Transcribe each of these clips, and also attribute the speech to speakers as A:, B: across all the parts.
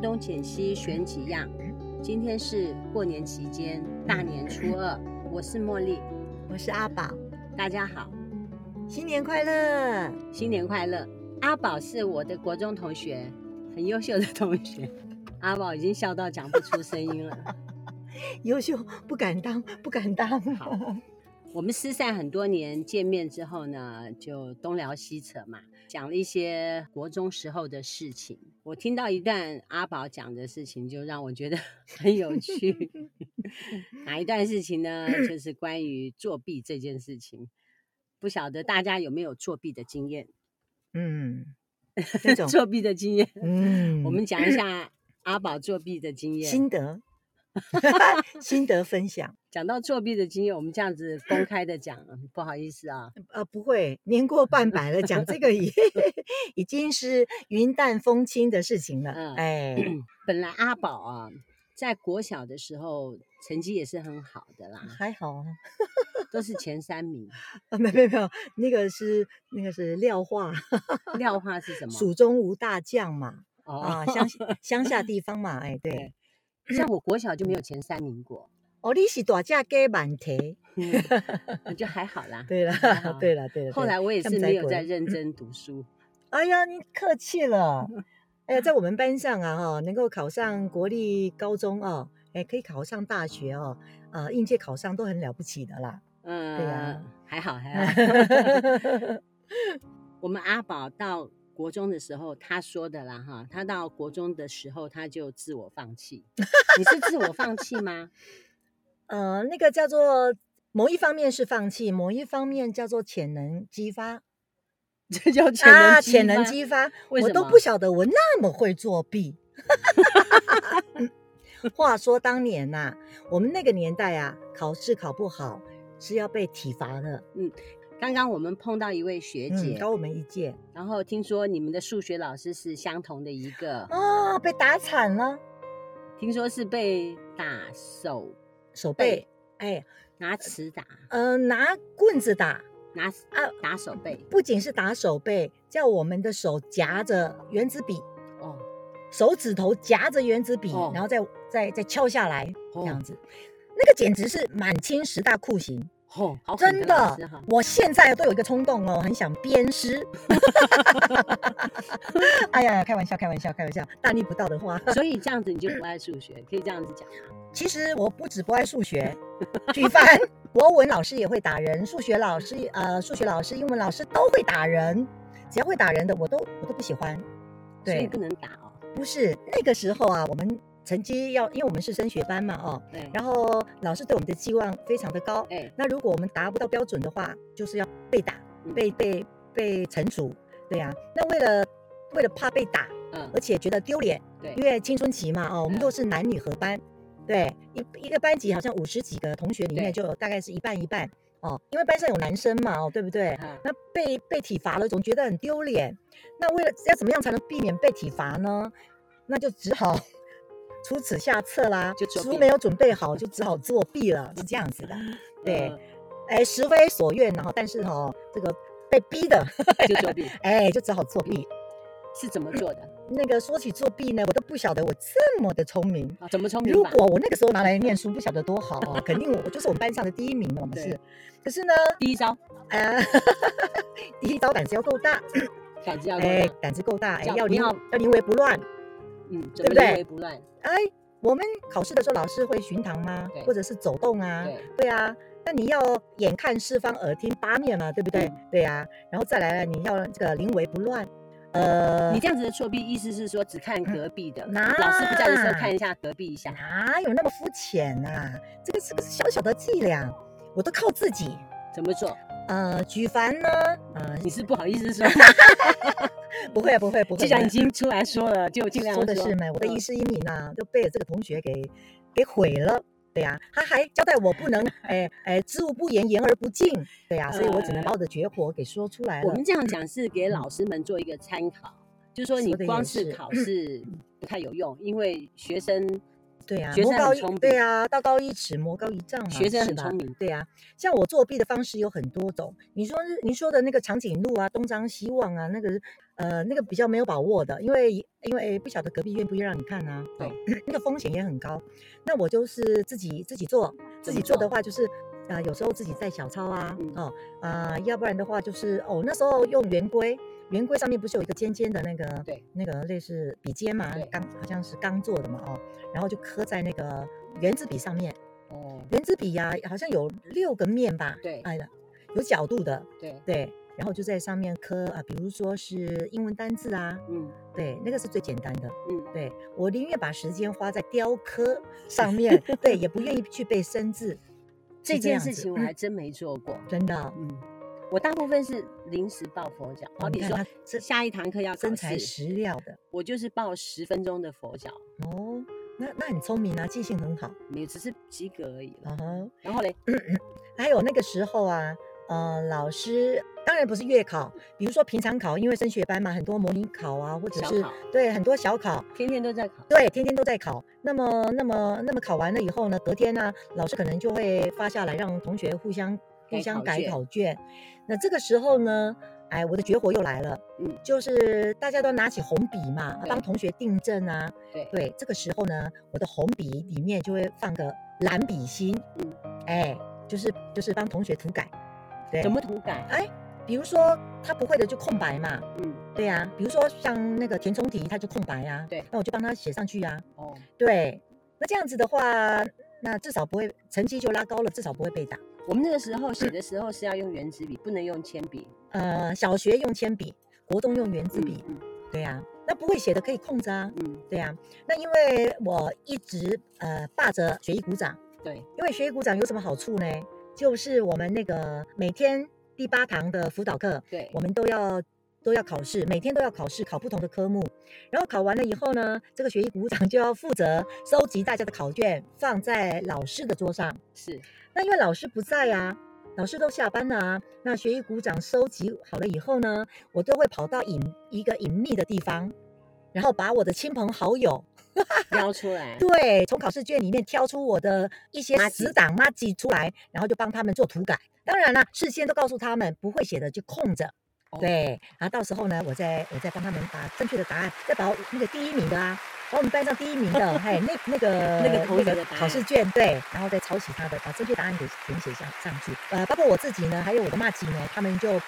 A: 东拣西选几样。今天是过年期间，大年初二，我是茉莉，
B: 我是阿宝，
A: 大家好，
B: 新年快乐！
A: 新年快乐！阿宝是我的国中同学，很优秀的同学。阿宝已经笑到讲不出声音了。
B: 优秀不敢当，不敢当。
A: 好我们失散很多年，见面之后呢，就东聊西扯嘛，讲了一些国中时候的事情。我听到一段阿宝讲的事情，就让我觉得 很有趣。 哪一段事情呢？就是关于作弊这件事情。不晓得大家有没有作弊的经验？
B: 嗯，那种
A: 作弊的经验，
B: 嗯，
A: 我们讲一下阿宝作弊的经验。
B: 心得， 心得分享。
A: 讲到作弊的经验，我们这样子公开的讲，不好意思啊，
B: 呃，不会，年过半百了，讲这个 也已经是云淡风轻的事情了。
A: 嗯
B: 哎，
A: 本来阿宝啊，在国小的时候成绩也是很好的啦，
B: 还好 啊，
A: 都是前三名。
B: 啊，没没没有，那个是那个是廖化，
A: 廖化是什么？
B: 蜀中无大将嘛，
A: 哦
B: 啊，，乡乡下地方嘛，哎，对，
A: 像我国小就没有前三名过，
B: 哦，你是大家给满提，
A: 我就还好啦。
B: 对 了
A: 啊，
B: 对了，对了。
A: 后
B: 对
A: 来我也
B: 这
A: 是
B: 么
A: 没有
B: 鬼
A: 在认真读书，
B: 哎呀，你客 气了。哎呀，在我们班上啊，哈，能够考上国立高中啊，哎，可以考上大学哦，啊，应届考上都很了不起的啦。
A: 嗯，
B: 啊
A: 还好 还好。我们阿宝到国中的时候，他说的啦哈，他到国中的时候他就自我放弃。你是自我放弃吗？
B: 呃，那个叫做某一方面是放弃，某一方面叫做潜能激发
A: 这叫
B: 啊，
A: 潜
B: 潜
A: 能
B: 能
A: 激
B: 激
A: 发。
B: 发，
A: 为
B: 我
A: 什
B: 都
A: 么
B: 不晓得我那么会作弊。 话说当年呐、我们那个年代啊，考试考不好是要被体罚的，
A: 刚刚我们碰到一位学姐
B: 嗯，，高我们一届
A: 然后听说你们的数学老师是相同的一个，
B: 啊，被打惨了。
A: 听说是被打手
B: 手
A: 背
B: 背，哎，
A: 拿尺打，
B: 呃，拿棍子打，
A: 拿啊打手背
B: 不仅是打手背，叫我们的手夹着圆珠笔，
A: 哦
B: 手指头夹着圆珠笔，
A: 哦
B: 然后再再再敲下来，这样
A: 哦
B: 子，那个简直是满清十大酷刑，
A: 哦，好狠
B: 真
A: 老
B: 的
A: 师哈。
B: 我现在都有一个冲动哦，很想鞭尸。 哎呀，开玩笑，开玩笑，开玩笑，大逆不道的话。
A: 所以这样子你就不爱数学，可以这样 子讲吗。
B: 其实我不止不爱数学，举 凡国文老师也会打人，数学老师呃，数学老师、英文老师都会打人，只要会打人的我都我都不喜欢。
A: 所以
B: 对
A: 不，能打哦。
B: 不是那个时候啊，我们成绩要，因为我们是升学班嘛，哦，
A: 对，
B: 然后老师对我们的期望非常的高，
A: 哎，
B: 那如果我们达不到标准的话，就是要被打
A: 嗯、
B: 被被被惩处，对呀、那为了为了怕被打，
A: 嗯
B: 而，且觉得丢脸，
A: 对
B: 因为青春期嘛，哦，我们
A: 嗯
B: 都是男女合班，对，一一个班级好像五十几个同学里
A: 对
B: 面就有大概是一半一半，哦，因为班上有男生嘛，哦，对不对？
A: 啊
B: 那被被体罚了，总觉得很丢脸。那为了要怎么样才能避免被体罚呢？那就只好 出此下策啦，
A: 就作
B: 书
A: 弊
B: 没有准备好，就只好作弊了，是这样子的。对，
A: 嗯
B: 哎，实非所愿，然后但是哈、哦，这个被逼的，
A: 就作 弊
B: 哎，就只好作弊。
A: 是怎么做的？
B: 那个说起作弊呢，我都不晓得我这么的聪明。
A: 啊，怎么聪明
B: 如
A: 法？
B: 果我那个时候拿来念书，不晓得多好哦，肯定我我就是我们班上的第一名了，我们
A: 对
B: 是。可是呢，
A: 第一招
B: 呃， 第一招胆子要够大，
A: 胆子要够
B: 哎
A: 大，，
B: 胆子够大，哎
A: 叫，
B: 要
A: 不
B: 临
A: 要
B: 要临危不乱。
A: 嗯，怎
B: 对
A: 么
B: 不
A: 临
B: 对
A: 危不乱？
B: 哎，我们考试的时候老师会巡堂吗
A: 对？
B: 或者是走动啊？
A: 对，
B: 对啊，那你要眼看四方，耳听八面嘛，对不对？对啊，然后再来了，你要这个临危不乱。呃嗯
A: 你，这样子的作弊，意思是说只看隔壁的，
B: 那
A: 老师不在的时候看一下隔壁一下。
B: 哪有那么肤浅呐、这个是个小小的伎俩，我都靠自己。
A: 怎么做？
B: 呃，举凡呢，呃，
A: 你是不好意思 说，
B: 不会不会不会，
A: 既然已经出来说了，就尽量
B: 说的是嘛，我的
A: 嗯
B: 一师一名啊，都被这个同学给给毁了。对呀、他还交代我不 能，哎哎，知无不言，言而不尽。对呀、所以我只能把我的绝活给说出来
A: 呃我
B: 了
A: 们。这样讲是给老师们做一个参考，就是说你
B: 嗯说得也
A: 光是
B: 是嗯
A: 考试不太有用，因为学生
B: 对啊，
A: 学
B: 魔
A: 生
B: 高
A: 很
B: 一
A: 聪
B: 对
A: 明
B: 啊，道高一尺，魔高一丈嘛，
A: 学生
B: 嗯是
A: 很
B: 吧
A: 聪明
B: 对啊。像我作弊的方式有很多种，你说你说的那个长颈鹿啊，东张西望啊，那个呃那个比较没有把握的，因为因为不晓得隔壁愿不愿意让你看啊，
A: 对，
B: 那个风险也很高。那我就是自己自己做，自
A: 怎
B: 己
A: 么
B: 做的
A: 做
B: 话就是。啊，有时候自己带小抄啊，
A: 嗯
B: 哦啊、要不然的话就是哦，那时候用圆规，圆规上面不是有一个尖尖的那个，
A: 对，
B: 那个类似笔尖嘛
A: 对，
B: 钢好像是钢做的嘛，哦，然后就刻在那个圆珠笔上面。
A: 哦，
B: 圆珠笔呀、好像有六个面吧？
A: 对
B: 哎呀，有角度的，
A: 对，
B: 对。然后就在上面刻啊，比如说是英文单字啊，
A: 嗯
B: 对，那个是最简单的。
A: 嗯，
B: 对我宁愿把时间花在雕 刻上面，对，也不愿意去背生字。
A: 这
B: 是
A: 件
B: 样
A: 事
B: 子
A: 情我
B: 嗯
A: 还真没做过。
B: 真的哦，
A: 嗯，我大部分是临时抱佛脚，好
B: 你
A: 比
B: 看
A: 哦说
B: 嗯他这
A: 下一堂课要
B: 真
A: 考试，
B: 材实料的
A: 我就是抱十分钟的佛脚，
B: 哦。那那很聪明啊，记性很好
A: 也只是及格而已了。
B: 啊哈。
A: 然后嘞，
B: 还有那个时候啊，呃，老师当然不是月考，比如说平常考，因为升学班嘛，很多模拟考啊，或者
A: 小
B: 是
A: 考
B: 对很多小考，
A: 天天都在考，
B: 对，天天都在考。那么，那么，那么考完了以后呢，隔天呢、老师可能就会发下来，让同学互相互
A: 改
B: 相
A: 考
B: 改
A: 卷
B: 考卷。那这个时候呢，哎，我的绝活又来了，
A: 嗯
B: 就是大家都拿起红笔嘛，帮
A: 对
B: 同学订正啊。
A: 对
B: 对，这个时候呢，我的红笔里面就会放个蓝笔芯，
A: 嗯
B: 哎，就是就是帮同学涂改。对，
A: 怎么涂改？
B: 哎，比如说他不会的就空白嘛，
A: 嗯，
B: 对呀、比如说像那个填充题，它就空白呀、
A: 对
B: 那我就帮他写上去呀、啊
A: 哦，
B: 对，那这样子的话，那至少不会成绩就拉高了，至少不会被打。
A: 我们那个时候写的时候是要用圆珠笔，不能用铅笔。
B: 呃，小学用铅笔，国中用圆珠笔，
A: 嗯
B: 对呀、那不会写的可以空着啊，
A: 嗯，
B: 对呀、那因为我一直呃霸着学艺股长，
A: 对，
B: 因为学艺股长有什么好处呢？就是我们那个每天第八堂的辅导课，
A: 对
B: 我，们都要都要考试，每天都要考试，考不同的科目。然后考完了以后呢，这个学艺股长就要负责收集大家的考卷，放在老师的桌上。
A: 是，
B: 那因为老师不在啊，老师都下班了啊，那学艺股长收集好了以后呢，我都会跑到隐一个隐秘的地方，然后把我的亲朋好友，
A: 标出来。
B: 对，从考试卷里面挑出我的一些
A: 妈吉
B: 死党妈吉出来，然后就帮他们做涂改。当然啦，事先都告诉他们不会写的就空着。
A: 哦
B: 对，然后到时候呢，我再我再帮他们把正确的答案，再把我那个第一名的啊，把我们班上第一名的，嘿， 那那个
A: 那个同学的答
B: 考试
A: 案
B: 卷，对，然后再抄起他的，把正确答案给填写上上去。呃，包括我自己呢，还有我的骂吉呢，他们就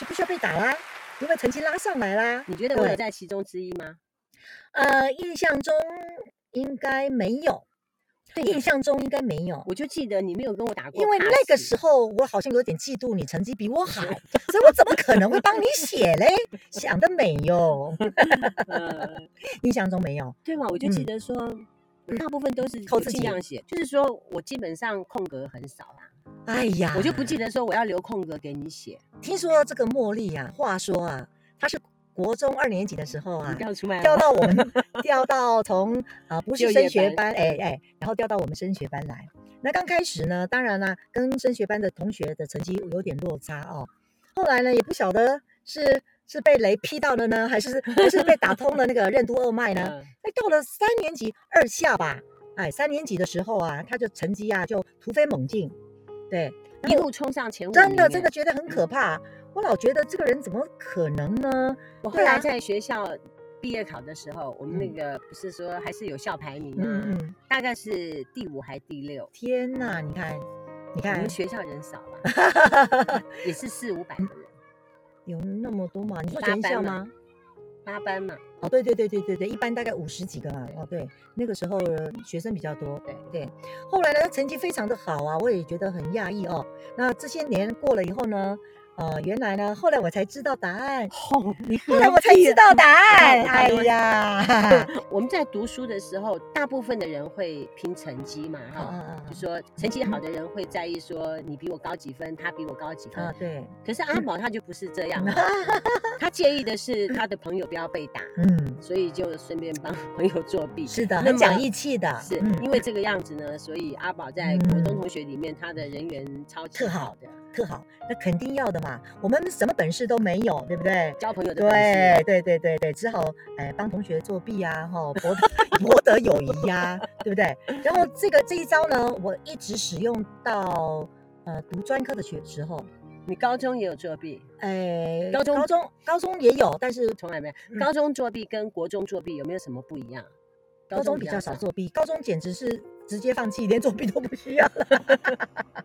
B: 就不需要被打啦，因为成绩拉上来啦。
A: 你觉得我有
B: 对
A: 在其中之一吗？
B: 呃，印象中应该没有，对，印象中应该没有。
A: 我就记得你没有跟我打过 pass，
B: 因为那个时候我好像有点嫉妒你成绩比我好，所以我怎么可能会帮你写嘞？想得美哟，
A: 呃
B: 印象中没有。
A: 对嘛，我就记
B: 嗯
A: 得说，我大部分都是
B: 靠
A: 我
B: 自
A: 尽
B: 己
A: 量写，就是说我基本上空格很少啦，
B: 哎呀，
A: 我就不记得说我要留空格给你写，
B: 听说这个茉莉呀、话说啊，她是国中二年级的时候啊
A: 你，调出来
B: 调
A: 吗
B: 到我们，调到从啊、不
A: 就是业
B: 升学
A: 班
B: 班，哎哎，然后调到我们升学班来。那刚开始呢，当然啦、跟升学班的同学的成绩有点落差哦。后来呢，也不晓得是是被雷劈到了呢，还是还是被打通了那个任督二脉呢？
A: 嗯
B: 哎，到了三年级二下吧，哎，三年级的时候啊，他就成绩啊就突飞猛进，对，
A: 一路冲上前五
B: 真的
A: 名
B: 真
A: 耶
B: 的，觉得很可怕。我老觉得这个人怎么可能呢？
A: 我后
B: 对啊
A: 来在学校毕业考的时候，我们那
B: 嗯
A: 个不是说还是有校排名啊
B: 嗯
A: 吗？
B: 嗯，
A: 大概是第五还第六，
B: 天哪，你看，你
A: 我
B: 看
A: 们，学校人少吧， 也是四五百个人，
B: 有那么多嘛？你说
A: 八
B: 全
A: 班
B: 校
A: 嘛
B: 吗？
A: 八班嘛，
B: 哦，对对对对对对，一般大概五十几个嘛。哦，对，那个时候呃学生比较多。
A: 对
B: 对，后来呢，他成绩非常的好啊，我也觉得很讶异哦。那这些年过了以后呢，呃，原来呢，后来我才知道 答案，
A: 你
B: 后来我才知道答案。
A: 我怕
B: 哎
A: 我怕
B: 呀，哈 哈
A: 我们在读书的时候，大部分的人会拼成绩嘛，
B: 啊
A: 哈。
B: 啊
A: 就说成绩好的人会在意说你比我高几分，他比我高几
B: 啊啊！
A: 分。
B: 对，
A: 可是阿宝他就不是这
B: 嗯
A: 样啊， 他介意的是他的朋友不要被打，
B: 嗯，
A: 所以就顺便帮 朋友作弊。
B: 是的，
A: 那
B: 很讲
A: 么
B: 义气的，
A: 是
B: 嗯
A: 因为这个样子呢，所以阿宝在国中同学里面他的人缘超级
B: 特好
A: 好的，
B: 特好，那肯定要的嘛。我们什么本事都没有，对不对？
A: 交朋友的本事
B: 对对对对对，只好哎帮同学作弊呀、啊，哈、博得 博得友谊呀、对不对？然后这个这一招呢，我一直使用到呃读专科的学时候，
A: 你高中也有作弊，
B: 哎，
A: 高中
B: 高中高中也有，但是
A: 从来没有。
B: 嗯
A: 高中作弊跟国中作弊有没有什么不一样？
B: 高中比较少作弊，高中简直是直接放弃，连作弊都不需要了。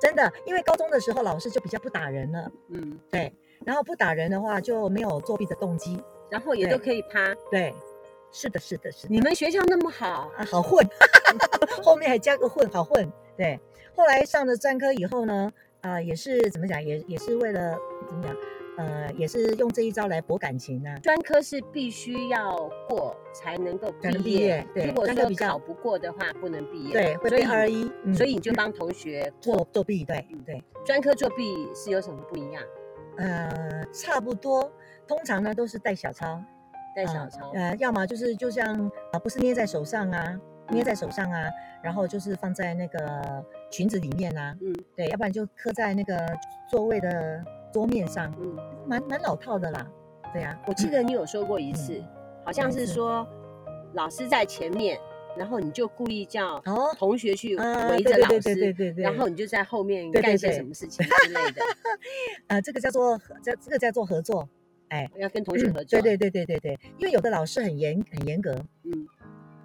B: 真的，因为高中的时候老师就比较不打人了，
A: 嗯，
B: 对，然后不打人的话就没有作弊的动机，
A: 然后也都
B: 对
A: 可以趴。
B: 对，是的，是的，是的，
A: 你们学校那么好，
B: 啊好混， 后面还加个混，好混，对。后来上了专科以后呢，啊、也是怎么讲，也也是为了怎么讲，呃，也是用这一招来博感情啊，
A: 专科是必须要过才能够
B: 才能
A: 毕
B: 毕业对
A: 如果
B: 专科
A: 说
B: 比较
A: 考不过的话，不能毕业。
B: 对，会
A: 所以
B: 被二一，嗯
A: 所以你就帮同学
B: 作作弊，对对。
A: 专科作弊是有什么不一样？
B: 呃，差不多，通常呢都是带小抄，
A: 带小
B: 啊
A: 抄，
B: 呃，要么就是就像啊、不是捏在手上啊，捏在手上啊，然后就是放在那个裙子里面啊，
A: 嗯，
B: 对，要不然就刻在那个座位的桌面上，
A: 嗯，
B: 蛮蛮老套的啦，对啊呀、
A: 我记得你有说过一次，好像
B: 嗯哪一
A: 是
B: 次
A: 说老师在前面，然后你就故意叫
B: 啊，哦，
A: 同学去
B: 啊
A: 围
B: 对
A: 着
B: 对
A: 老
B: 对对对
A: 师，
B: 对对，
A: 然后你就在后面
B: 对对
A: 干些
B: 对
A: 什么事情之类 的，
B: 啊、这个叫做合这这个叫做合作，哎，
A: 要跟同学合作。
B: 对对对对对对，因为有的老师很严很严格，
A: 嗯，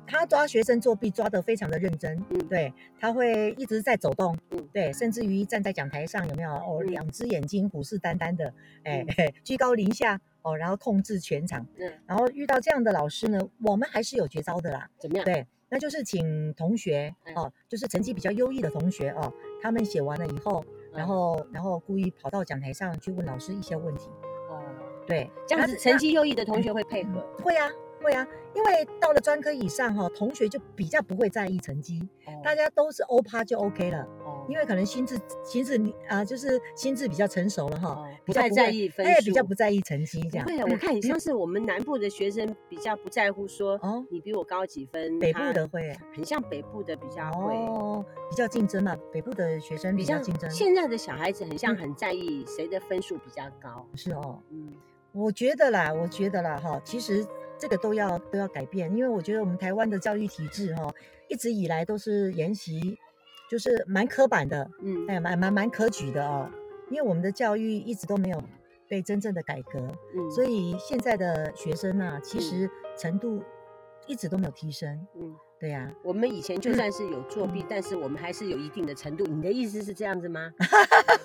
B: 他抓学生作弊抓得非常的认真，
A: 嗯
B: 对，他会一直在走动，
A: 嗯
B: 对，甚至于站在讲台上有没有哦，
A: 嗯
B: 两只眼睛虎视眈眈的，哎、 居高临下哦，然后控制全场，
A: 嗯，
B: 然后遇到这样的老师呢，我们还是有绝招的啦，
A: 怎么样？
B: 对，那就是请同学
A: 嗯
B: 哦，就是成绩比较优异的同学哦，他们写完了以后，然
A: 嗯
B: 后然后故意跑到讲台上去问老师一些问题，
A: 哦，
B: 对，
A: 这样
B: 那
A: 子
B: 那
A: 成绩优异的同学会配合。
B: 会啊，会啊，因为到了专科以上哈、同学就比较不会在意成绩，大
A: 家
B: 家都是欧趴就 OK 了，嗯因
A: 为
B: 为可能心智心智你啊、就是心智比较成熟了哈、
A: 哦不太
B: 会
A: 在意分
B: 哎，
A: 数，
B: 比较不在意成绩这样。嗯
A: 对，啊我看你像是我们南部的学生比较不在乎说
B: 哦，
A: 你比我高几分，
B: 北
A: 他
B: 部的会
A: 很像北部的比较会。
B: 哦，比较竞争嘛，北部的学生比较竞争。
A: 现在的小孩子很像
B: 嗯
A: 很在意谁的分数比较高，
B: 是哦，
A: 嗯，
B: 我觉得啦，我觉得啦哈，其实这个都要都要改变，因为我觉得我们台湾的教育体制哈，一直以来都是沿袭，就是蛮刻板的，
A: 嗯
B: 哎，蛮蛮蛮可取的哦，因为我们的教育一直都没有被真正的改革，
A: 嗯，
B: 所
A: 以
B: 以现在的学生啊，其
A: 嗯
B: 实程度一直都没有提升。
A: 嗯，
B: 对呀、
A: 我们以前就
B: 嗯
A: 算是有作弊，但是我们还是有一定的程度。你的意思是这样子 吗？
B: 哎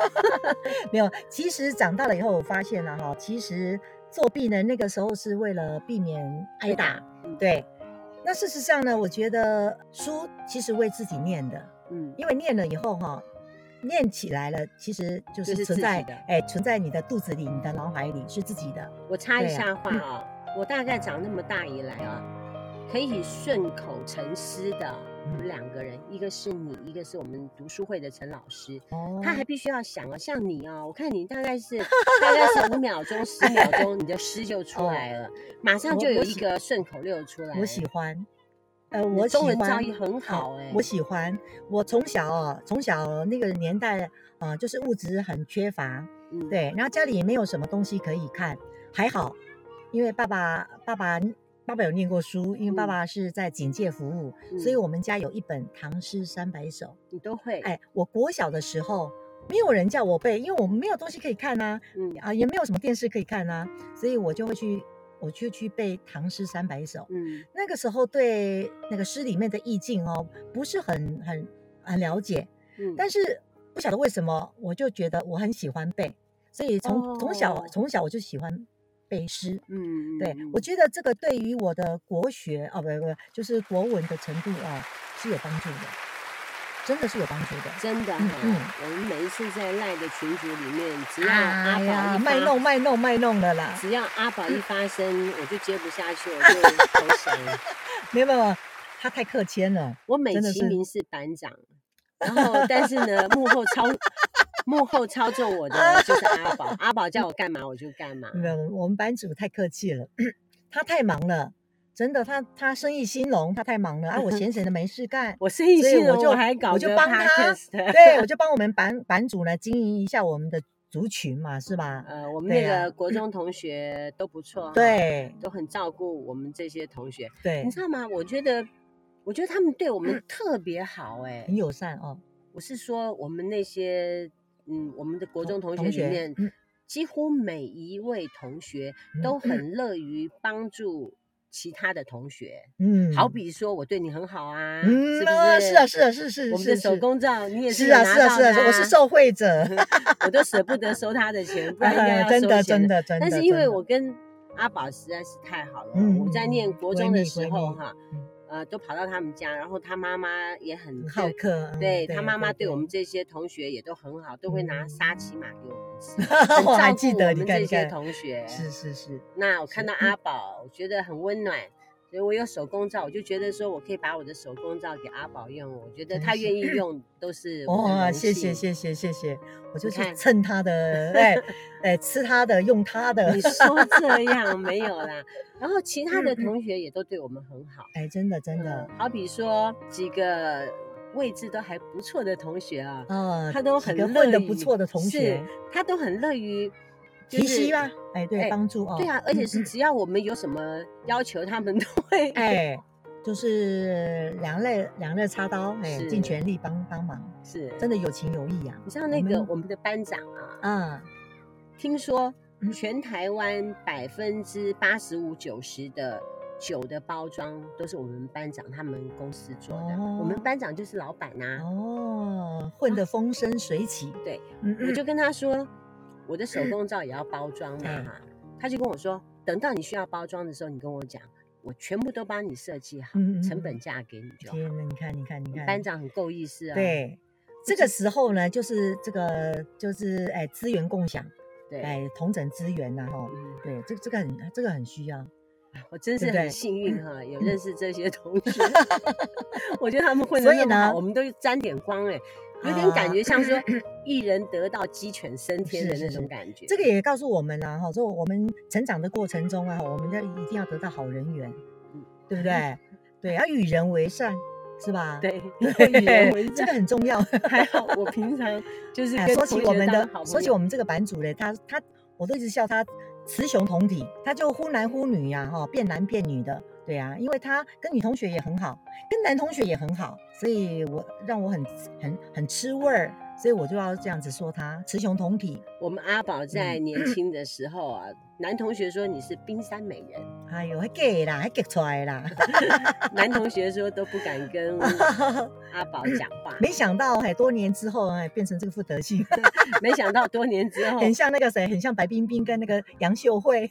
B: 没有。其实长大了以后，我发现了哈，其实作弊呢，那个时候是为了避免挨打。，
A: 嗯，
B: 对。那事实上呢，我觉得书其实为自己念的，
A: 嗯，
B: 因为念了以后哈，念起来了，其实就
A: 就是是
B: 存
A: 自己
B: 在
A: 的
B: 哎，存在你的肚子里、你的脑海里，是自己的。
A: 我插一
B: 对啊
A: 下话啊、我大概长那么大以来啊，可以顺口成诗的有
B: 嗯
A: 两个人，一个是你，一个是我们读书会的陈老师。
B: 哦
A: 他还必须要想哦，像你哦，我看你大概 是大概是五秒钟、十秒钟，你的诗就出
B: 哦
A: 来了，马上
B: 我
A: 就有
B: 我
A: 一
B: 喜
A: 个顺口溜出来。
B: 我喜欢。呃，
A: 你
B: 我
A: 中
B: 喜
A: 文造
B: 欢
A: 诣很好哎、
B: 我喜欢。我从小哦，从小那个年代，呃，就是物质很缺乏，
A: 嗯，
B: 对，然后家里也没有什么东西可以看，还好，因为爸爸爸爸爸爸有念过书，因为爸
A: 嗯
B: 爸是在警界服务，所以
A: 嗯
B: 我们家有一本《唐诗三百首》。
A: 你都会，
B: 哎，我国小的时候。没有人叫我背，因为我没有东西可以看呐、
A: 嗯
B: 啊，也没有什么电视可以看呐、所以我就会去，我就去背《唐诗三百首》。
A: 嗯
B: 那个时候对那个诗里面的意境哦，不是很很很了解，
A: 嗯，
B: 但
A: 是
B: 是不晓得为什么，我就觉得我很喜欢背，所以从、从小
A: 哦
B: 从小我就喜欢背诗。
A: 嗯，
B: 对
A: 嗯，
B: 我觉得这个对于我的国学啊，不不，就是国文的程度啊，是有帮助的，真的是有帮助的。
A: 真的哈、
B: 嗯嗯
A: 我们每一次在赖的群组里面，只要阿
B: 哎
A: 宝一
B: 呀，
A: 发，
B: 卖弄卖弄卖弄的啦，
A: 只要阿 宝一发声，我就接不下去，我就投降了。
B: 没有没有没有，他太客谦了。
A: 我美
B: 真的
A: 其
B: 是
A: 名是班长，然后但是呢，幕后操幕后操纵我的就是阿宝，
B: 嗯
A: 阿宝叫我干嘛我就干嘛。
B: 没有，我们班主太客气了，他太忙了，真的，他他生意兴隆，他太忙了啊，我闲闲的没
A: ，
B: 事干
A: 我生意
B: 所以
A: 兴
B: 我
A: 隆，
B: 就
A: 还搞
B: 我就
A: 个
B: 帮他
A: podcast
B: 对，我就帮我们版版主呢经营一下我们的族群嘛，是吧？
A: 呃，我们
B: 对
A: 那
B: 啊
A: 个国中同学都不错，，
B: 对
A: 都很照顾我们这些同学。
B: 对嗯
A: 你，知道吗？我觉得，我觉得他们对我们特别好、哎、
B: 很友善哦，
A: 我是说我们那些，嗯，我们的国中同学
B: 同
A: 里
B: 学
A: 面，
B: 嗯
A: 几乎每一位同学
B: 嗯
A: 都很乐于帮助其他的同学。
B: 嗯，
A: 好比说，我对你很好啊，是
B: 嗯
A: 不
B: 啊
A: 是？
B: 是啊是啊是是，
A: 我们的
B: 是
A: 手
B: 是
A: 工皂你也是
B: 是
A: 有
B: 啊
A: 拿
B: 是啊
A: 到
B: 是啊，
A: 的
B: 是我是
A: 啊
B: 受 惠者，
A: 我都舍不得收他的钱， 不然应该要
B: 哎真
A: 收
B: 的
A: 钱
B: 真的真的。
A: 但是因为
B: 真的
A: 我跟阿宝实在是太好了，
B: 嗯
A: 我在念国中的时候
B: 闺蜜闺蜜
A: 哈
B: 嗯，
A: 呃，都跑到他们家，然后他妈妈也很
B: 很好
A: 对
B: 客，嗯
A: 对他妈妈对我们这些同学也都很好，都会拿沙琪玛给我们 吃，很
B: 我还
A: 照
B: 记
A: 顾
B: 得，
A: 我
B: 你
A: 们
B: 看
A: 这
B: 你
A: 些
B: 看，
A: 同学。
B: 是是是，
A: 那我看
B: 是
A: 到
B: 嗯
A: 阿宝，我觉得很温暖。所以我有手工皂，我就觉得说我可以把我的手工皂给阿宝用，我觉得
B: 真
A: 他
B: 是
A: 愿意用都 是我的
B: 哇，
A: 荣
B: 哦谢谢
A: 幸
B: 谢谢谢谢，我就
A: 你
B: 去
A: 看
B: 蹭他的， 哎哎，吃他的，用他的
A: 你，说 这样没有啦。然后其他的同学也都对我们很好，
B: 哎，真的嗯真的
A: 嗯，好比说几个位置都还不错的同学啊，
B: 啊，
A: 他都
B: 几
A: 很
B: 个
A: 乐
B: 混的
A: 于
B: 不错的同
A: 是
B: 学，
A: 他都很乐于
B: 提携。
A: 就
B: 吧
A: 是，
B: 哎，对，
A: 哎
B: 帮助哦，
A: 对啊，而且是只要我们有什么要求，他们都会。
B: 哎，就是两肋两肋插刀，哎，
A: 是
B: 尽全力帮帮忙，
A: 是，
B: 真的有情有义呀，
A: 你知道那
B: 我
A: 个
B: 们
A: 我们的班长啊，
B: 啊，
A: 听说
B: 嗯
A: 全台湾百分之八十五九十的酒的包装都是我们班长他们公司做的，我们
B: 哦
A: 班长就是老板啊呐、
B: 哦，混得风生水起，
A: 对
B: 嗯，
A: 我
B: 嗯
A: 就跟他说，我的手工皂也要包装嘛、
B: 嗯
A: 他就跟我说，等到你需要包装的时候，你跟我讲，我全部都帮你设计好，
B: 嗯嗯
A: 成
B: 嗯
A: 本价给你就好。
B: 天呐，你看，你看，你看，
A: 班啊长很够意思啊，
B: 对，这个时候呢，就是这个就是哎资源共享，
A: 对，
B: 哎同整资源呐、哈，
A: 嗯，
B: 对，这这个很这个很需要，
A: 我真是
B: 对不
A: 很
B: 对嗯
A: 幸运哈、有认识这些同 学，我觉得他们混得
B: 所以
A: 那么好，
B: 呢
A: 我们都沾点光哎、有点感
B: 啊
A: 觉像说 一人得道鸡犬升天
B: 是
A: 的
B: 是
A: 那种
B: 是
A: 感觉。
B: 这个也告诉我们啦、哈，说我们成长的过程中啊，我们要一定要得到好人缘
A: 嗯，
B: 对不 对？对，要与人为善，是吧？
A: 对，
B: 对，
A: 会与人为
B: 这
A: 善
B: 个很重要。
A: 还好，我平常就是
B: 哎
A: 跟
B: 说起
A: 同
B: 我
A: 学
B: 们
A: 当
B: 的
A: 好，
B: 说
A: 朋
B: 起
A: 友
B: 我们这个版主嘞，他他我都一直笑他雌雄同体，他就忽男忽女呀、哈，变男变女的，对啊，因为他跟女同学也很好，跟男同学也很好，所以我让我很很很吃味儿，所以我就要这样子说他雌雄同体。
A: 我们阿宝在
B: 嗯
A: 年轻的时候啊，男同学说你是冰山美人，
B: 哎呦，还 gay 啦，还 gay 出 来啦，
A: 男同学说都不敢跟阿宝讲话。
B: 没想到哎，多年之后哎，变成这个副德性，
A: 没想到多年之后，
B: 很像那个谁，很像白冰冰跟那个杨秀慧。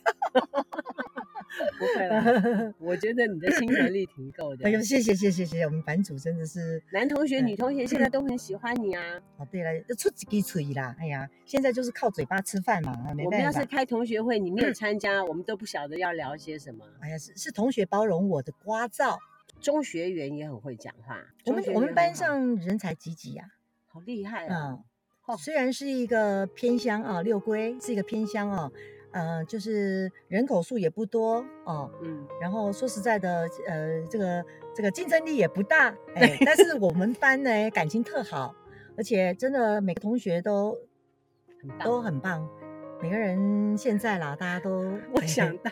A: 不会 了。我觉得你的亲和力挺够的
B: 哎。呦，谢谢谢谢谢谢，我们版主真的是
A: 男同学、
B: 对
A: 女同学现在都很喜欢你啊！
B: 哦，对了，就出几嘴啦，哎呀，现在就是靠嘴巴吃饭嘛，啊没
A: 我们要
B: 办法嗯
A: 是。开同学会，你没有参加，我们都不晓得要聊些什么。
B: 哎呀，是是同学包容我的瓜照。
A: 中学员也很会讲话，
B: 我
A: 中
B: 们
A: 学
B: 我们
A: 员
B: 班
A: 很好
B: 上人才济济呀，
A: 好厉害啊！
B: 嗯，
A: 哦
B: 虽然是一个偏乡啊，六龟是一个偏乡啊，呃，就是人口数也不多哦，
A: 嗯，
B: 然后说实在的，呃，这个这个竞争力也不大，哎，但是我们班呢感情特好，而且真的每个同学都
A: 很
B: 都
A: 棒。
B: 很棒，每个人现在啦，大家都
A: 我
B: 哎
A: 想到，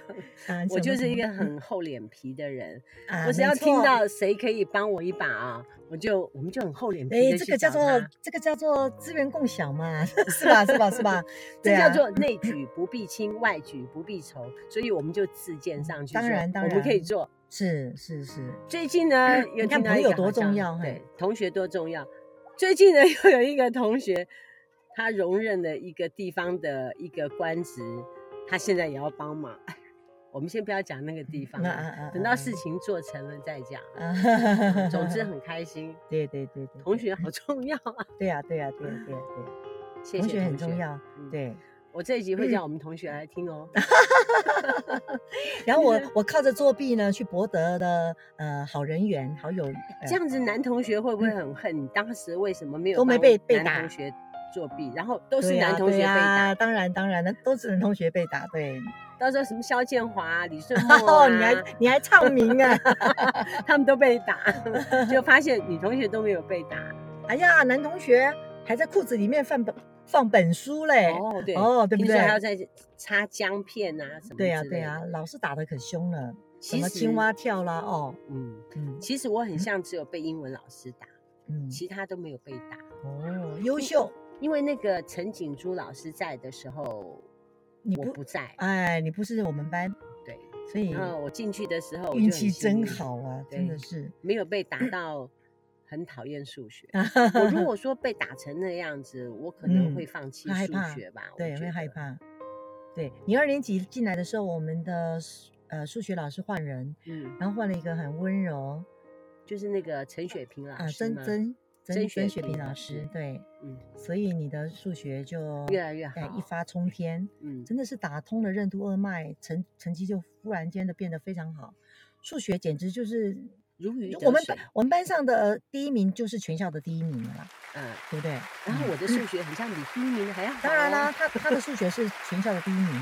B: 啊
A: 我就是一个，
B: 你想到什么
A: 很厚脸皮的人，
B: 啊
A: 我只要
B: 没错
A: 听到谁可以帮我一把啊，我就我们就很厚脸皮
B: 哎，
A: 的
B: 这
A: 去
B: 个叫
A: 找
B: 做
A: 他。
B: 这个叫做资源共 享嘛，是吧？是吧？是吧？对
A: 这
B: 啊
A: 叫做内举不避亲，外举不避仇，所以我们就自荐上去说。
B: 当然当
A: 我们可以
B: 然
A: 做。
B: 是是是，
A: 最近呢， 有
B: 你
A: 听
B: 看
A: 到
B: 朋
A: 一
B: 友
A: 个
B: 多
A: 好像
B: 重要哎
A: 对
B: 嘿，
A: 同学多重要。最近呢， 又有一个同学，他容忍了一个地方的一个官职，他现在也要帮忙。 我们先不要讲那个地方
B: 那
A: 了，
B: 啊啊
A: 等
B: 啊
A: 到事情做成了再讲。
B: 啊，
A: 总之很开心，
B: 对对对对，
A: 同学好重要啊！
B: 对呀对呀对呀对呀对呀，
A: 谢谢
B: 嗯同学很重。要，
A: 嗯
B: 对。嗯
A: 我这一集会叫我们同学来听哦。
B: 然 后我
A: 就是
B: 我靠着作弊呢，去博得的呃好人缘、好友，呃
A: 这样子男同学会不会很恨？你当时为什么没有
B: 哎嗯都没
A: 帮
B: 被被
A: 男
B: 打
A: 同学作弊，然后都是
B: 对呀
A: 男同学被
B: 对
A: 打
B: 呀？当然当然，那都是男同学被打，对，
A: 到时候什么肖建华、啊、 李顺墨啊，
B: 哦，你还 你还唱名啊？
A: 他们都被打， 就发现女同学都没有被打。
B: 哎呀，男同学还在裤子里面放本放本书嘞。
A: 哦，对，
B: 哦，对
A: 听
B: 不
A: 说
B: 对嗯
A: 还？要再擦姜片啊什么之
B: 对
A: 类的。
B: 呀、对呀、老师打的可凶了，什
A: 其
B: 么
A: 实
B: 青蛙，跳啦，哦，
A: 嗯，
B: 嗯
A: 其实我很像只有被英文老师打，
B: 嗯，
A: 其他都没有被打。
B: 哦，优秀，
A: 因为那个陈景珠老师在的时候，
B: 你
A: 我
B: 不
A: 不在，
B: 哎，你不是我们班，
A: 对。
B: 所以
A: 然后嗯我进去的时候，
B: 运气真，好嗯啊，真的
A: 对
B: 是。
A: 没有被打到，很讨厌数 学。我如果说被打成那样子，我可能
B: 嗯
A: 会放弃
B: 会害
A: 数
B: 怕
A: 学吧。我
B: 对，
A: 觉
B: 会害
A: 得。
B: 怕。对你二年级进来的时候，我们的数呃数学老师换人，
A: 嗯，
B: 然后换了一个很温柔
A: 就是那个陈雪萍老
B: 啊，
A: 师
B: 曾
A: 嘛，
B: 曾曾
A: 曾
B: 曾
A: 雪
B: 雪
A: 萍
B: 萍
A: 老
B: 老
A: 师
B: 师，对，
A: 嗯，
B: 所以你的数学就
A: 越来越
B: 哎
A: 好，
B: 一发冲天，
A: 嗯，
B: 真的是打通了任督二脉，成成绩就忽然间的变得非常好。数学简直就是
A: 如鱼
B: 我
A: 得
B: 们
A: 水
B: 班。我们班上的呃第一名就是全校的第一名了啦，
A: 嗯，
B: 对不对？
A: 然后
B: 嗯
A: 我的数学很像比第一名的还要好。哦
B: 当然啦，，他他的数学是全校的第一名，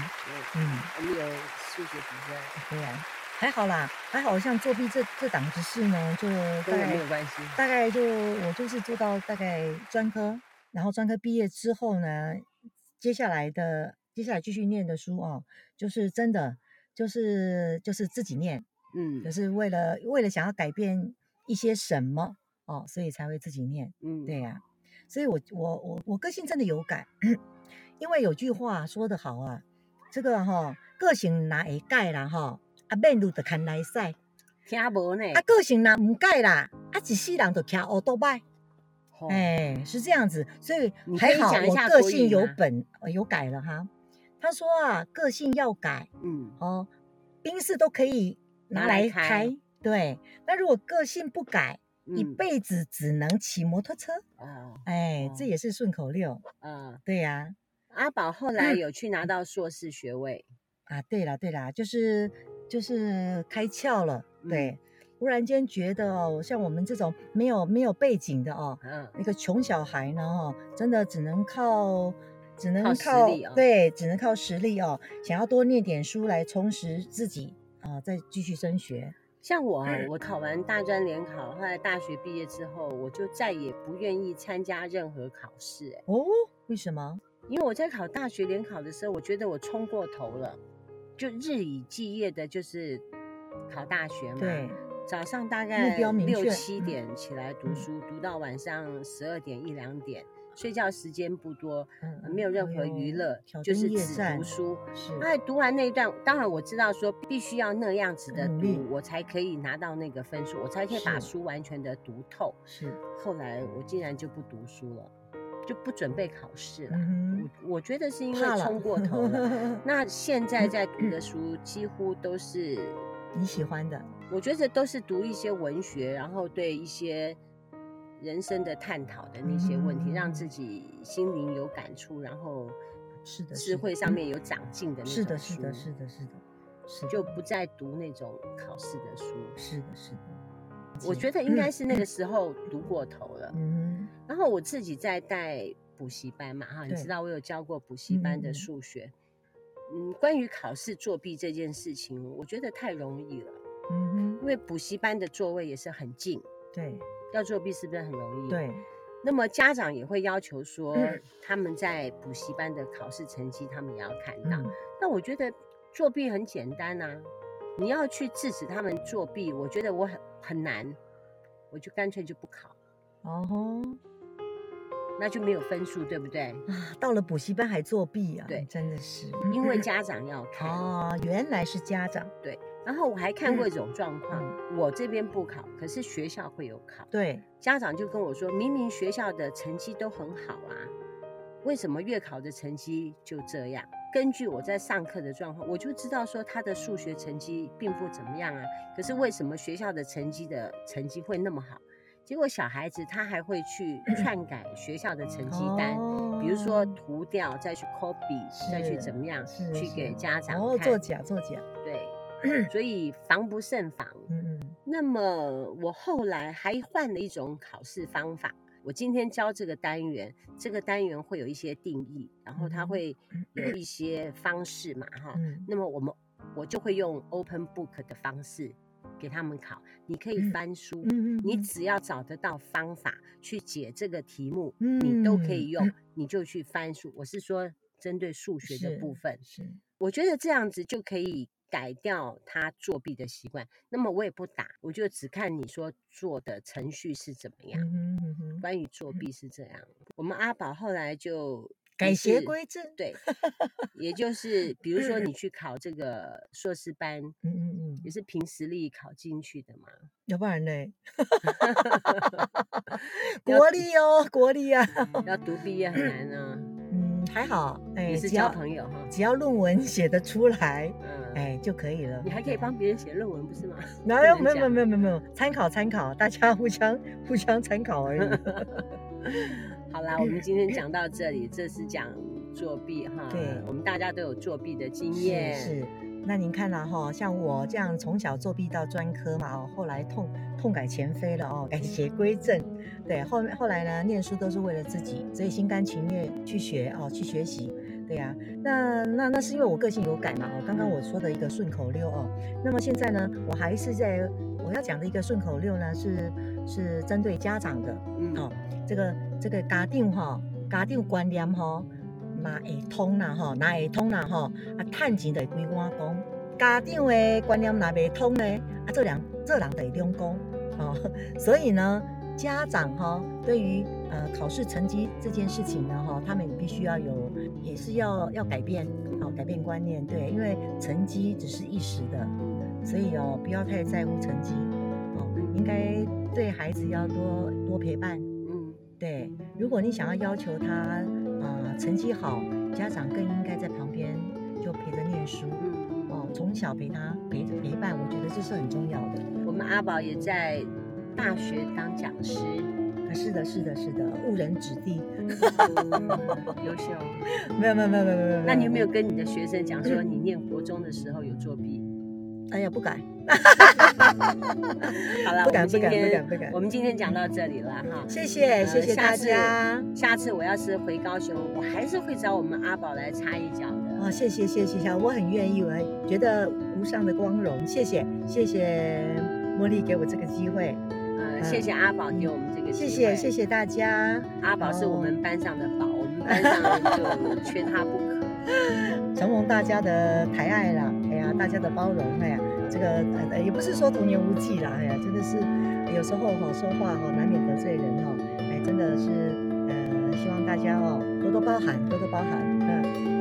B: 嗯。
A: 我们有数学比赛，
B: 对啊，还好啦，还好像作弊这这档子事呢，就大
A: 跟我没
B: 概
A: 有关系。
B: 大概就我就是做到大概专科，然后专科毕业之后呢，接下来的接下来继续念的书哦，就是真的就是就是自己念，
A: 嗯
B: 可是为了为了想要改变一些什么哦，所以才会自己念。
A: 嗯，
B: 对呀、所以我我我我个性真的有改， 因为有句话说得好啊，这个哈、个性若会改啦吼，啊面路就牵来使，啊
A: 听无呢？
B: 个性若唔改啦，啊一世人就徛乌多拜，
A: 吼
B: 哎、是这样子，所以
A: 哦你可
B: 还
A: 以
B: 好
A: 讲一
B: 我
A: 下
B: 个
A: 国
B: 性
A: 语
B: 有
A: 吗
B: 本、呃有改了哈。他说啊，个性要改
A: 嗯，
B: 哦，冰室都可以拿
A: 拿来
B: 来
A: 开
B: 开，对，那如果个性不改，一
A: 嗯
B: 辈子只能骑摩托车。
A: 哦，
B: 哎，这
A: 哦
B: 也是顺口溜。
A: 嗯，
B: 对呀、
A: 阿宝后来
B: 嗯
A: 有去拿到硕士学位，
B: 啊，对啦，对啦，就是就是开窍了，
A: 嗯
B: 对，忽然间觉得哦，像我们这种没有没有背景的哦，
A: 嗯，
B: 一个穷小孩呢，哦，真的只能靠。只能
A: 靠实
B: 靠
A: 力哦
B: 对，只能靠实力哦。想要多念点书来充实自己啊、再继续升学。
A: 像我啊，
B: 嗯
A: 我考完大专联考，后来大学毕业之后，我就再也不愿意参加任何考试、哎
B: 哦，为什么？
A: 因为我在考大学联考的时候，我觉得我冲过头了，就日以继夜的，就是考大学嘛，
B: 对，
A: 早上大概
B: 标明
A: 六
B: 确
A: 七
B: 嗯
A: 点起来读
B: 嗯
A: 书，读到晚上十二点一两点，睡觉时间不多，呃
B: 嗯
A: 没有任何娱乐，就是只读。书。
B: 哎呦挑灯夜战是，
A: 哎，读完那一段，当然我知道说必须要那样子的
B: 努力
A: 读，我才可以拿到那个分数，我才可以把
B: 嗯是
A: 书完全的读透。
B: 是，
A: 后来我竟然就不读书了，就不准备考试了。
B: 嗯
A: 我我觉得是因
B: 哼，
A: 为
B: 怕了，嗯
A: 冲过头了。那现在在读的书几乎都是，
B: 你喜欢的，
A: 我觉得都是读一些文学，然后对一些人生的探讨的那些问题，让自
B: 嗯
A: 己心灵有感触，然后
B: 是的是
A: 智
B: 的嗯
A: 慧上面有长进的那种
B: 是的，是的，
A: 书
B: 是的，是的，是的
A: 就不再读那种考试的书。
B: 是的，是的。
A: 我觉得应该是那个时候读过头了。
B: 嗯，
A: 然后我自己在带补习班嘛，哈，你
B: 对
A: 知道我有教过补习班
B: 嗯嗯
A: 的
B: 嗯
A: 数学。嗯，关于考试作弊这件事情，我觉得太容易了，
B: 嗯
A: 因
B: 哼，
A: 为补习班的座位也是很近，
B: 对
A: 要作弊是不是很容易？。
B: 对，嗯
A: 那么家长也会要求说，他们在补习班的考试成绩，他们也要看到。
B: 嗯，
A: 那我觉得作弊很简单啊，你要去制止他们作弊，我觉得我很很难，我就干脆就不考，
B: 哦吼
A: 那就没有分数，对不对？
B: 啊，到了补习班还作弊啊，
A: 对
B: 真的是，
A: 因为家长要看。
B: 哦，原来是家长，
A: 然后我还看过一种状况，我这边不考，可是学校会有考，
B: 对，
A: 家长就跟我说，明明学校的成绩都很好啊，为什么月考的成绩就这样？根据我在上课的状况，我就知道说他的数学成绩并不怎么样啊，可是为什么学校的成绩的成绩会那么好？结果小孩子他还会去篡改学校的成绩单，比如说
B: 嗯哦
A: 涂掉，再去 copy，再去
B: 是
A: 怎么样
B: 是，
A: 去
B: 是
A: 给家长
B: 哦，
A: 看
B: 作假作假，
A: 对，所以防不胜防。
B: 嗯嗯，
A: 那么我后来还换了一种考试方法，我今天教这个单元，这个单元会有一些定义，然后它
B: 嗯
A: 会有一些方式嘛，哈。
B: 嗯
A: 那么我们我就会用 open book 的方式给他们考，你可以
B: 嗯
A: 翻书，
B: 嗯
A: 你只要找得到方法去解这个题目，
B: 嗯
A: 你都可以用，你就去翻书。我是说针对数学的
B: 是
A: 部分，
B: 是
A: 我觉得这样子就可以改掉他作弊的习惯。那么我也不打，我就只看你说做的程序是怎么样。
B: 嗯哼嗯哼
A: 关于作弊是这样，我们阿宝后来就
B: 改
A: 也
B: 邪
A: 是
B: 归 正，
A: 对，也就是比如说你去考这个硕士班，
B: 嗯嗯
A: 也
B: 嗯，
A: 是凭实力考进去的嘛。
B: 要不然呢？
A: 要
B: 国力哦，国力啊，
A: 要读毕业很难啊，
B: 嗯，还好，哎，
A: 也是
B: 只
A: 交
B: 要
A: 朋友哈。
B: 只要论文写得出来，
A: 嗯，
B: 哎就可以了
A: 你。还可以帮别人写论文，不是吗？
B: 没有没有没有没有没有没有，参考参考，大家互相互相参考而已。
A: 好啦，我们今天讲到这里，这是讲作弊哈。
B: 嗯对
A: 我们大家都有作弊的经
B: 是
A: 验。
B: 是，那您看了哈，像我这样从小作弊到专科嘛，哦，后来痛痛改前非了哦，改邪归正。对，后后来呢，念书都是为了自己，所以心甘情愿去学哦，去学习。对呀、那那那是因为我个性有改嘛，哦，刚刚我说的一个顺口溜哦。那么现在呢，我还是在我要讲的一个顺口溜呢，是是针对家长的。
A: 嗯，
B: 哦这个这个家长吼、家长观念吼、嘛会通啦吼，哪会通啦吼，啊，趁钱就会规碗讲。家长的观念若袂通呢，啊，做人做人就会两讲哦。所以呢，家长哈、对于呃考试成绩这件事情呢哈、他们必须要有，也是要要改变，好、改变观念，对，因为成绩只是一时的，所以哦不要太在乎成绩，哦，应该对孩子要多多陪伴，
A: 嗯，
B: 对，如果你想要要求他呃成绩好，家长更应该在旁边就陪着念书
A: 嗯嗯。
B: 哦，从小陪他陪陪伴，我觉得这是很重要的。
A: 我们阿宝也在大学当讲师，
B: 啊，是的，是的，是的，误人子弟。
A: 优秀。
B: 没有，没有，没有，没有，没有。
A: 那你有没有跟你的学生讲说，你念国中的时候有作弊？
B: 哎呀，不敢，
A: 好了，
B: 不
A: 我
B: 敢
A: 们今
B: 不敢不
A: 天
B: 敢不敢
A: 我们今天讲到这里了哈。
B: 谢谢，
A: 呃
B: 谢谢
A: 下
B: 大
A: 次
B: 家。
A: 下次我要是回高雄，我还是会找我们阿宝来插一脚的。
B: 哦，谢谢，谢谢，谢谢，我很愿意，我很觉得无上的光荣。谢谢，谢谢茉莉给我这个机会，
A: 呃，谢谢阿宝给我们这个机
B: 嗯谢
A: 会，
B: 谢，谢谢大家。
A: 阿宝是我们班上的宝，我们班上人就缺他不可。
B: 承蒙大家的抬爱啦，哎呀，大家的包容，哎呀，这个呃呃也不是说童言无忌啦，哎呀，真的是有时候哈、说话哈、难免得罪人哈、哎，真的是呃希望大家哦多多包涵，多多包涵，嗯、